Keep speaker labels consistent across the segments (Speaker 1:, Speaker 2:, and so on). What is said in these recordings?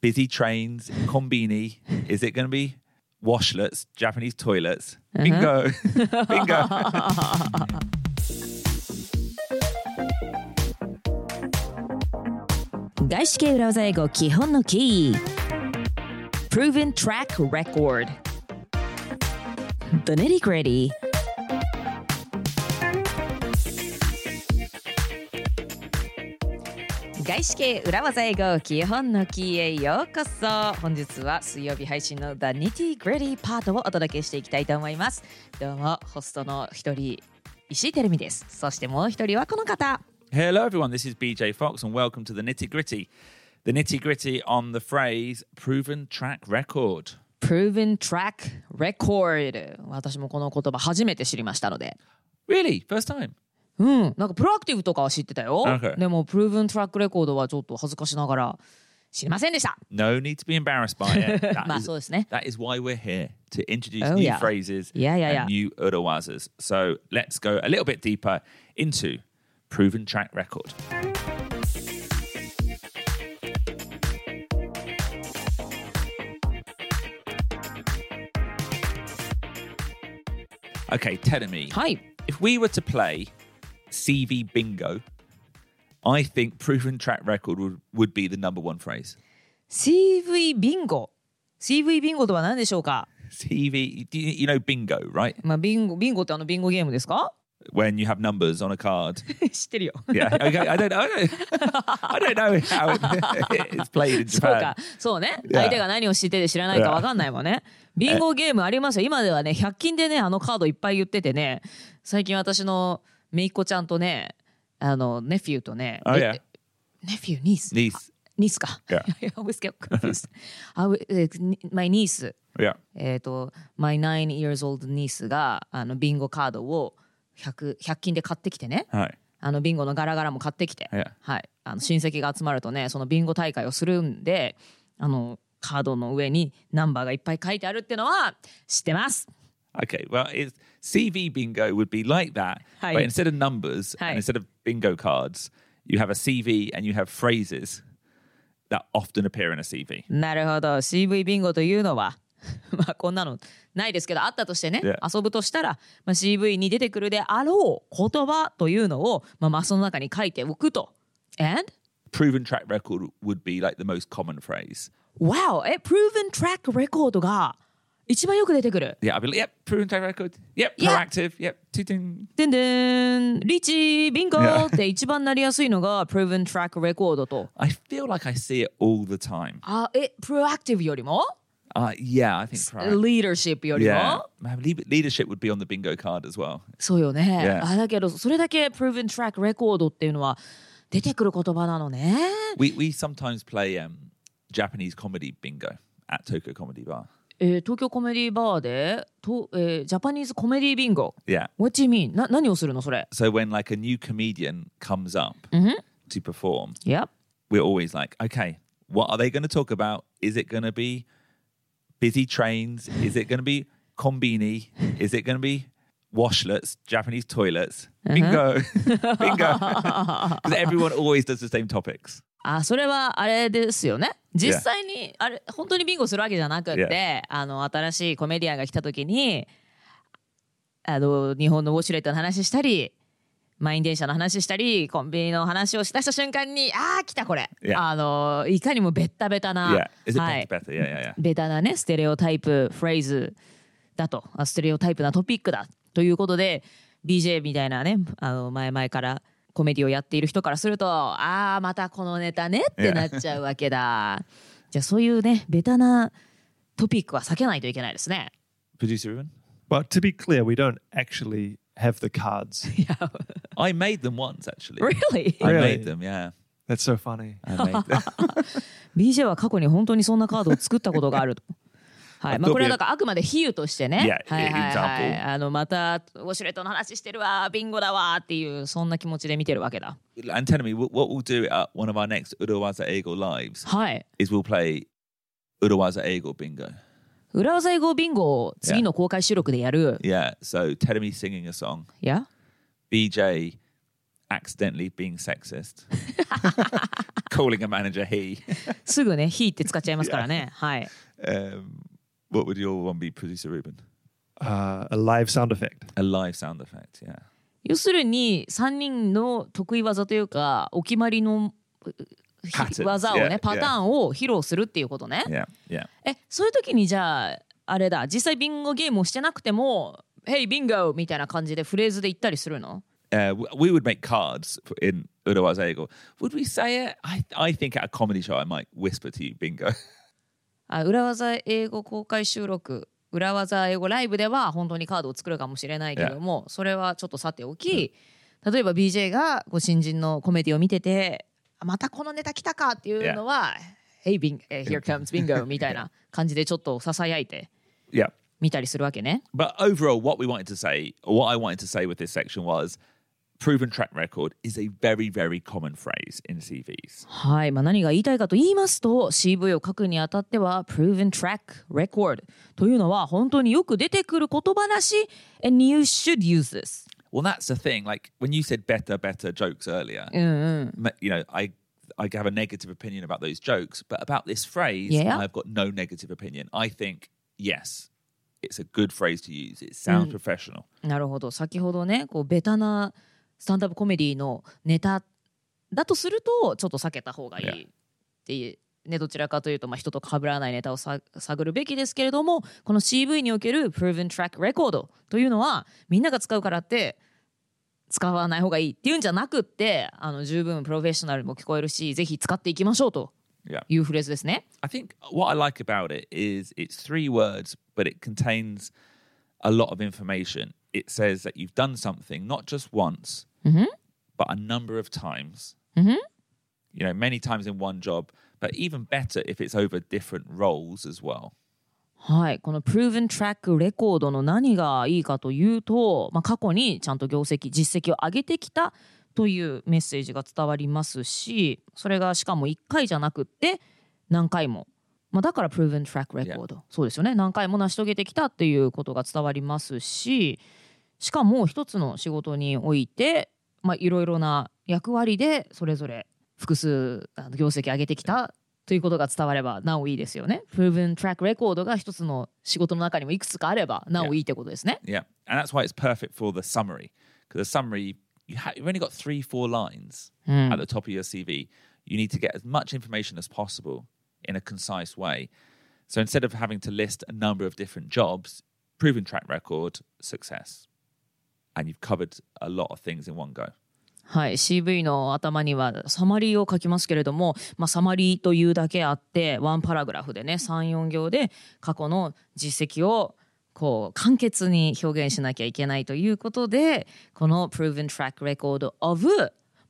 Speaker 1: busy trains, kombini. Is it going to be washlets, Japanese toilets? Bingo. Bingo.
Speaker 2: 外資系裏技英語基本のキー Proven Track Record The Nitty Gritty 外資系裏技英語基本のキーへようこそ本日は水曜日配信の The Nitty Gritty パートをお届けしていきたいと思いますどうもホストの一人石井てるみですそしてもう一人はこの方
Speaker 1: Hello, everyone. This is BJ Fox, and welcome to the nitty gritty. The nitty gritty on the phrase proven track record.
Speaker 2: Proven Track Record 私もこの言葉初めて知りましたので
Speaker 1: Really? First time?
Speaker 2: うんなんかプロアクティブとかは知ってたよ、
Speaker 1: Okay.
Speaker 2: でも Proven Track Record はちょっと恥ずかしながら知りませんでした
Speaker 1: No need to be embarrassed by it. That
Speaker 2: まあ
Speaker 1: is-
Speaker 2: そうですね
Speaker 1: That is why we're here to introduce
Speaker 2: Oh,
Speaker 1: new
Speaker 2: yeah.
Speaker 1: phrases
Speaker 2: Yeah, yeah,
Speaker 1: and
Speaker 2: yeah.
Speaker 1: new urawazas. So let's go a little bit deeper into proven track record. 'Kay, tell me
Speaker 2: はい
Speaker 1: if we were to play CV bingo, I think proven track record would, would be the number one phrase.
Speaker 2: CV ビンゴ CV ビンゴとは何でしょうか
Speaker 1: CV, do you, you know bingo, right?
Speaker 2: まあビンゴビンゴってあのビンゴゲームですか
Speaker 1: When you have numbers on a card.
Speaker 2: 知ってるよ
Speaker 1: Yeah, okay. I don't, I don't, I don't know how it, it's played in
Speaker 2: そう
Speaker 1: Japan.
Speaker 2: かそうね
Speaker 1: Yeah.
Speaker 2: 相手が何を知ってて知らないか
Speaker 1: Yeah.
Speaker 2: わかんないもんねビンゴゲームありますよ今ではね100均でねあのカードいっぱい言っててね最近私のめいっ子ちゃんとねあのネフィーとね
Speaker 1: Oh
Speaker 2: え
Speaker 1: yeah,
Speaker 2: ネフィーニース
Speaker 1: niece.
Speaker 2: ニースか
Speaker 1: Yeah.
Speaker 2: I always get confused I w- えー my niece
Speaker 1: Yeah,
Speaker 2: えっと my nine years old niece があのビンゴカードを 100, 100均で買ってきてね
Speaker 1: right.
Speaker 2: あのビンゴのガラガラも買ってきて、
Speaker 1: Yeah.
Speaker 2: はい、あの親戚が集まるとねそのビンゴ大会をするんであのカードの上にナンバーがいっぱい書いてあるってのは知ってます
Speaker 1: Okay. Well, it's CV bingo would be like that,
Speaker 2: Hi.
Speaker 1: but instead of numbers
Speaker 2: Hi.
Speaker 1: and instead of bingo cards, you have a CV and you have phrases that often appear in a CV.
Speaker 2: なるほど CV ビンゴというのは まあこんなのないですけどあったとしてね、
Speaker 1: Yeah.
Speaker 2: 遊ぶとしたら、まあ、CV に出てくるであろう言葉というのを、まあ、マスの中に書いておくと And
Speaker 1: Proven track record would be like the most common phrase.
Speaker 2: Wow え Proven Track Record が一番よく出てくる
Speaker 1: Yeah, I'd be like, yep, proven track record. Yep,
Speaker 2: Yeah.
Speaker 1: proactive. Yep, tooting.
Speaker 2: でんでんリーチビンゴ
Speaker 1: Yeah.
Speaker 2: って一番なりやすいのが Proven Track Record と
Speaker 1: I feel like I see it all the time.
Speaker 2: あえプロアクティブよりも
Speaker 1: Uh, yeah, I think proactive.
Speaker 2: リーダーシップよりも、
Speaker 1: Yeah. Man, lead- Leadership would be on the bingo card as well.
Speaker 2: そうよね、
Speaker 1: Yeah.
Speaker 2: あだけどそれだけ Proven Track Record っていうのは出てくる言葉なのね
Speaker 1: We, we sometimes play um, Japanese comedy bingo at Toko Comedy Bar.
Speaker 2: えー東京コメディバーでと、えージャパニーズコメディビンゴ
Speaker 1: Yeah.
Speaker 2: What do you mean? な何をするのそれ
Speaker 1: So when like a new comedian comes up to perform,
Speaker 2: Yep
Speaker 1: we're always like, okay, what are they going to talk about? Is it going to be busy trains? Is it going to be kombini? Is it going to be washlets, Japanese toilets? Bingo. bingo. Because everyone always does the same topics.
Speaker 2: あそれはあれですよね実際にあれ本当にビンゴするわけじゃなくって、
Speaker 1: Yeah.
Speaker 2: あの新しいコメディアンが来た時にあの日本のウォシュレットの話したり満員電車の話したりコンビニの話をしだした瞬間にああ来たこれ、
Speaker 1: Yeah.
Speaker 2: あのいかにもベッタベタな、
Speaker 1: yeah. Is it
Speaker 2: はい
Speaker 1: better? better? Yeah, yeah, yeah.
Speaker 2: ベタなねステレオタイプフレーズだとあステレオタイプなトピックだということで BJ みたいなねあの前々からコメディをやっている人からするとああまたこのネタねってなっちゃうわけだじゃあそういうねベタなトピックは避けないといけないですね
Speaker 1: Producer Ruben?
Speaker 3: But to be clear, we don't actually have the cards.
Speaker 1: I made them once actually.
Speaker 2: Really?
Speaker 1: I
Speaker 3: Really?
Speaker 1: made them, yeah.
Speaker 3: That's so funny.
Speaker 1: I made them.
Speaker 2: BJ は過去に本当にそんなカードを作ったことがあ ると。はい
Speaker 1: 特
Speaker 2: まあ、
Speaker 1: に
Speaker 2: これはだからあくまで比喩としてね、
Speaker 1: Yeah,
Speaker 2: はいはいはい
Speaker 1: example.
Speaker 2: あのまたウォシュレットの話してるわビンゴだわっていうそんな気持ちで見てるわけだ。
Speaker 1: and tell me what, what we'll do at one of our next Uruwaza Eagle lives
Speaker 2: はい、
Speaker 1: is we'll play Uruwaza Eagle bingo.
Speaker 2: 裏技英語ビンゴを次の公開収録でやる。
Speaker 1: Yeah. So Teremy singing a song,
Speaker 2: いや
Speaker 1: BJ accidentally being sexist, calling a manager he.
Speaker 2: すぐね、he って使っちゃいますからね。はい。
Speaker 1: Um, what would your one be, producer Ruben?
Speaker 3: Uh, a live sound effect.
Speaker 1: A live sound effect, yeah.
Speaker 2: 要するに3人の得意技というかお決まりのうひ
Speaker 1: Patterns.
Speaker 2: 技をね
Speaker 1: Yeah,
Speaker 2: パターンを披露するっていうことね。
Speaker 1: Yeah, yeah.
Speaker 2: えそういう時にじゃああれだ実際ビンゴゲームをしてなくても「Hey ビンゴ!」みたいな感じでフレーズで言ったりするの
Speaker 1: Uh, w- we would make cards for- in Uruwazego. Would we say it? I, I think at a comedy show, I might whisper to you, bingo.
Speaker 2: あ裏技英語公開収録裏技英語ライブでは本当にカードを作るかもしれないけれども、それはちょっとさておき、例えば BJ がご新人のコメディを見ててあまたこのネタ来たかっていうのは「Hey, bing- eh, here comes bingo」み たいな感じでちょっとささやいて
Speaker 1: yeah.
Speaker 2: 見たりするわけね。
Speaker 1: But overall, what we wanted to say, or what I wanted to say with this section was proven track record is a very, very common phrase in CVs.
Speaker 2: はい、まあ、何が言いたいかと言いますと CV を書くにあたっては Proven Track Record というのは本当によく出てくる言葉だし And you should use this
Speaker 1: Well, that's the thing. Like when you said better, better jokes earlier, m- you know, I I have a negative opinion about those jokes, but about this phrase,
Speaker 2: Yeah.
Speaker 1: I've got no negative opinion. I think yes, it's a good phrase to use. It sounds professional.
Speaker 2: なるほど先ほどねこうベタなスタンダップコメディのネタだとするとちょっと避けた方がいいっていう。ね、どちらかというと、まあ、人と被らないネタをさ探るべきですけれどもこの CV における Proven Track Record というのはみんなが使うからって使わない方がいいっていうんじゃなくってあの十分プロフェッショナルにも聞こえるしぜひ使っていきましょうと
Speaker 1: Yeah.
Speaker 2: いうフレーズですね。
Speaker 1: I think what I like about it is it's three words, but it contains a lot of information. It says that you've done something not just once, but a number of times. You know, many times in one job, but even better if it's over different roles as well.
Speaker 2: はい、この Proven Track Record の何がいいかというと、まあ、過去にちゃんと業績実績を上げてきたというメッセージが伝わりますしそれがしかも1回じゃなくって何回も、まあ、だから Proven Track Record そうですよね何回も成し遂げてきたっていうことが伝わりますししかも一つの仕事においてまあいろいろな役割でそれぞれ複数あの業績上げてきたということが伝わればなおいいですよね。Proven Track Record が一つの仕事の中にもいくつかあればなおいいってことですね。
Speaker 1: Yeah, and that's why it's perfect for the summary because the summary you ha- you've only got three four lines at the top of your CV. You need to get as much information as possible in a concise way. So instead of having to list a number of different jobs, proven track record, success, and you've covered a lot of things in one go.
Speaker 2: はい、CV の頭にはサマリーを書きますけれども、まあ、サマリーというだけあってワンパラグラフでね34行で過去の実績をこう簡潔に表現しなきゃいけないということでこの Proven Track Record of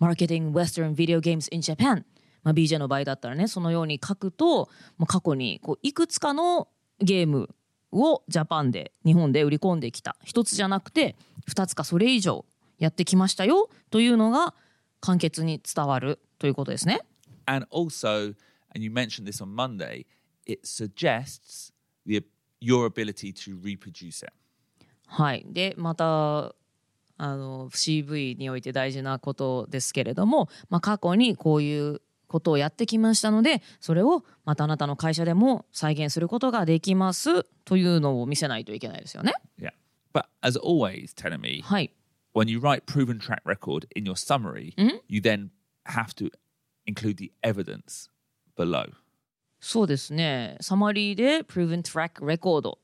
Speaker 2: Marketing Western Video Games in Japan、まあ、BJ の場合だったらねそのように書くともう過去にこういくつかのゲームをジャパンで日本で売り込んできた一つじゃなくて二つかそれ以上やってきましたよというのが簡潔に伝わるということですね。
Speaker 1: And also, and you mentioned this on Monday, it suggests the your ability to reproduce it.
Speaker 2: はい、でまたあの CV において大事なことですけれども、まあ、過去にこういうことをやってきましたのでそれをまたあなたの会社でも再現することができますというのを見せないといけないですよね。
Speaker 1: Yeah. But as always, Tenemy,
Speaker 2: はい、
Speaker 1: when you write proven track record in your summary, you then have to include the evidence below.
Speaker 2: そうですね。サマリーで Proven Track Record。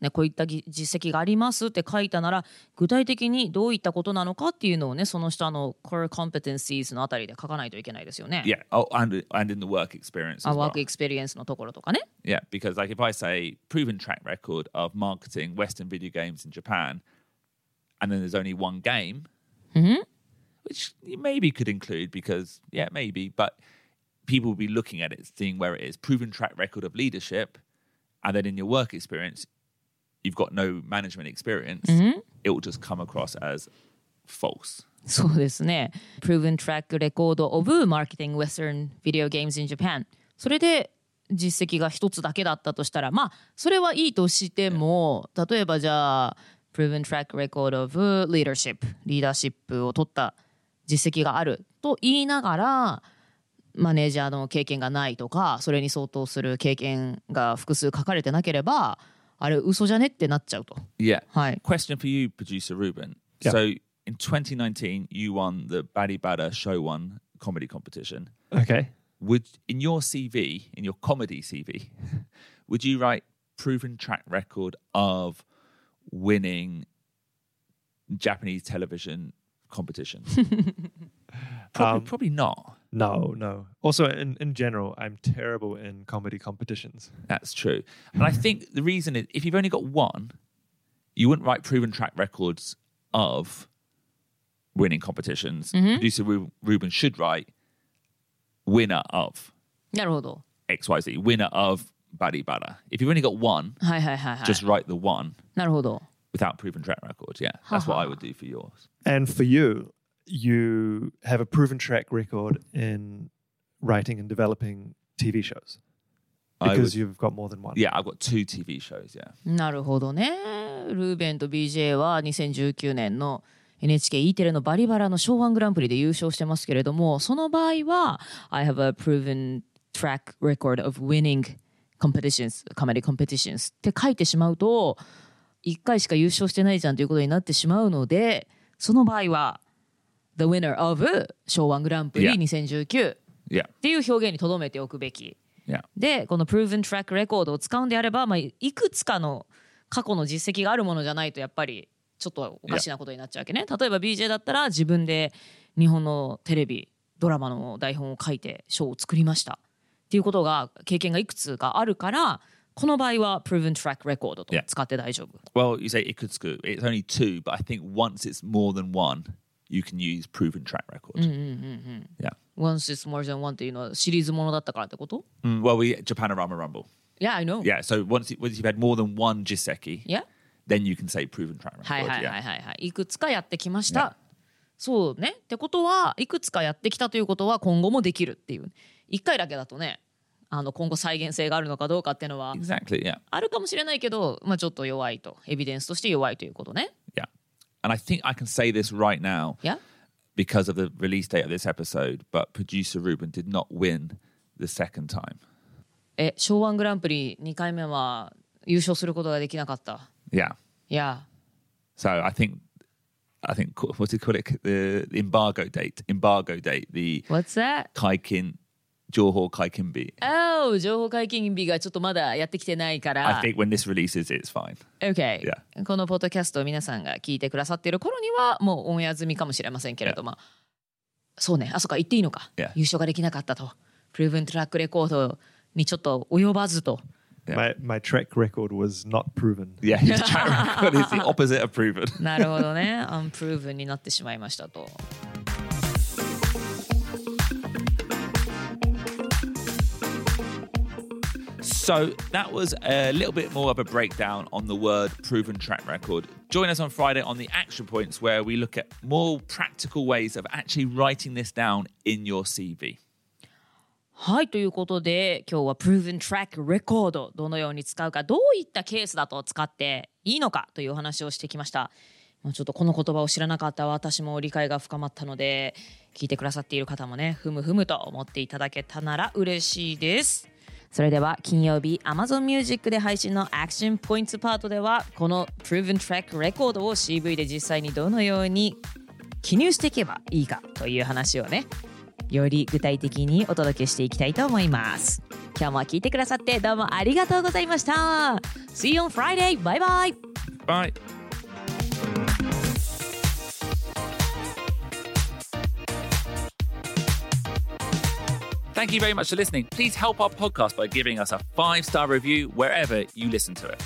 Speaker 2: ね、こういったぎ実績がありますって書いたなら具体的にどういったことなのかっていうのをねその下の Core Competencies のあたりで書かないといけないですよね。
Speaker 1: Yeah. Oh, and and in the work experience.
Speaker 2: あ
Speaker 1: As
Speaker 2: ワ
Speaker 1: well.
Speaker 2: ークエクスペリエンスのところとかね。
Speaker 1: Yeah, because like if I say proven track record of marketing Western video games in Japan, and then there's only one game, Mm-hmm. which you maybe could include because yeah, maybe, but people will be looking at it, seeing where it is. Proven track record of leadership, and then in your work experience, you've got no management experience. It will just come across as false.
Speaker 2: そうですね。Proven Track Record of Marketing Western Video Games in Japan。それで実績が一つだけだったとしたら、まあ、それはいいとしても、例えばじゃあ、Proven Track Record of Leadership、リーダーシップを取った実績があると言いながら、マネージャーの経験がないとかそれに相当する経験が複数書かれてなければあれ嘘じゃねってなっちゃうと
Speaker 1: Yeah.
Speaker 2: はい
Speaker 1: Question for you, producer Ruben.
Speaker 3: Yeah.
Speaker 1: So in 2019, you won the Baddie Badder Show One comedy competition.
Speaker 3: Okay.
Speaker 1: Would in your CV, in your comedy CV, would you write proven track record of winning Japanese television competitions? probably,
Speaker 3: Um,
Speaker 1: probably not.
Speaker 3: No, no. Also, in, in general, I'm terrible in comedy competitions.
Speaker 1: That's true. And I think the reason is if you've only got one, you wouldn't write proven track records of winning competitions. Producer Ru- Ruben should write winner of
Speaker 2: なるほど
Speaker 1: XYZ, winner of Badi Bada. If you've only got one,
Speaker 2: はいはいはいはい
Speaker 1: just write the one
Speaker 2: なるほど
Speaker 1: without proven track record. Yeah, that's what I would do for yours.
Speaker 3: And for you, you have a proven track record in writing and developing TV shows
Speaker 1: I
Speaker 3: because
Speaker 1: would-
Speaker 3: you've got more than one.
Speaker 1: Yeah, I've got two TV shows. Yeah.
Speaker 2: なるほどねルーベンと BJ は2019年の NHKE テレのバリバラの昭和グランプリで優勝してますけれどもその場合は I have a proven track record of winning competitions comedy competitions って書いてしまうと1回しか優勝してないじゃんということになってしまうのでその場合は The winner of 昭和グランプリ
Speaker 1: Yeah.
Speaker 2: 2019
Speaker 1: Yeah.
Speaker 2: っていう表現にとどめておくべき
Speaker 1: Yeah.
Speaker 2: でこの Proven Track Record を使うんであれば、まあ、いくつかの過去の実績があるものじゃないとやっぱりちょっとおかしなことになっちゃうわけね例えば BJ だったら自分で日本のテレビドラマの台本を書いてショーを作りましたっていうことが経験がいくつかあるからこの場合は Proven Track Record と
Speaker 1: Yeah.
Speaker 2: 使って大丈夫
Speaker 1: Well, you say it could scoop. It's only two, but I think once it's more than one, you can use proven track record. Yeah.
Speaker 2: Once is more than one っていうのはシリーズものだったからってこと
Speaker 1: Mm, well, we Japanorama Rumble.
Speaker 2: Yeah I know
Speaker 1: Yeah. So once, you- once you've had more than one Jiseki,
Speaker 2: Yeah
Speaker 1: then you can say proven track record.
Speaker 2: はいはい
Speaker 1: yeah.
Speaker 2: はいはいはい。いくつかやってきました。そうね。ってことはいくつかやってきたということは今後もできるっていう。一回だけだとね、あの今後再現性があるのかどうかっていうのは
Speaker 1: Exactly. Yeah.
Speaker 2: あるかもしれないけど、まあちょっと弱いと、エビデンスとして弱いということね。
Speaker 1: Yeah. And I think I can say this right now
Speaker 2: いや、
Speaker 1: because of the release date of this episode, but producer Ruben did not win the second time.
Speaker 2: え、昭和グランプリ2回目は優勝することができなかった。
Speaker 1: Yeah.
Speaker 2: いや、
Speaker 1: So I think, I think, co- what do you call it? The, the embargo date, embargo date, the
Speaker 2: What's that?
Speaker 1: Kaikin, Johor Kaikinbi.
Speaker 2: Oh, 情報解禁日がちょっとまだやってきてないから。
Speaker 1: I think when this releases, it's fine.
Speaker 2: Okay.
Speaker 1: Yeah.
Speaker 2: このポッドキャストを皆さんが聞いてくださっている頃にはもうオンエア済みかもしれませんけれども、そうね、あそっか言っていいのか、
Speaker 1: Yeah.
Speaker 2: 優勝ができなかったと、プルーブントラックレコードにちょっと及ばずと、
Speaker 1: Yeah.
Speaker 3: My, my track record was not proven.
Speaker 1: Yeah, his track record is the opposite of proven.
Speaker 2: なるほどね、 アンプルーブンになってしまいましたと。
Speaker 1: So that was a little bit more of a breakdown on the word proven track record. Join us on Friday on the action points where we look at more practical ways of actually writing this down in your CV.
Speaker 2: はいということで今日は Proven Track Record どのように使うかどういったケースだと使っていいのかというお話をしてきましたまあちょっとこの言葉を知らなかった私も理解が深まったので聞いてくださっている方もねふむふむと思っていただけたなら嬉しいですそれでは金曜日 Amazon Music で配信の Action Points パートではこの Proven Track Record を CV で実際にどのように記入していけばいいかという話をねより具体的にお届けしていきたいと思います今日も聞いてくださってどうもありがとうございました See you on Friday! バイバイ
Speaker 1: Bye. Thank you very much for listening. Please help our podcast by giving us a five star review wherever you listen to it.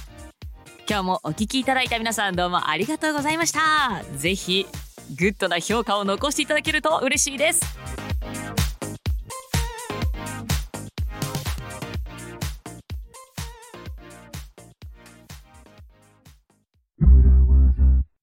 Speaker 2: 今日もお聞きいただいた皆さんどうもありがとうございましたぜひグッドな評価を残していただけると嬉しいです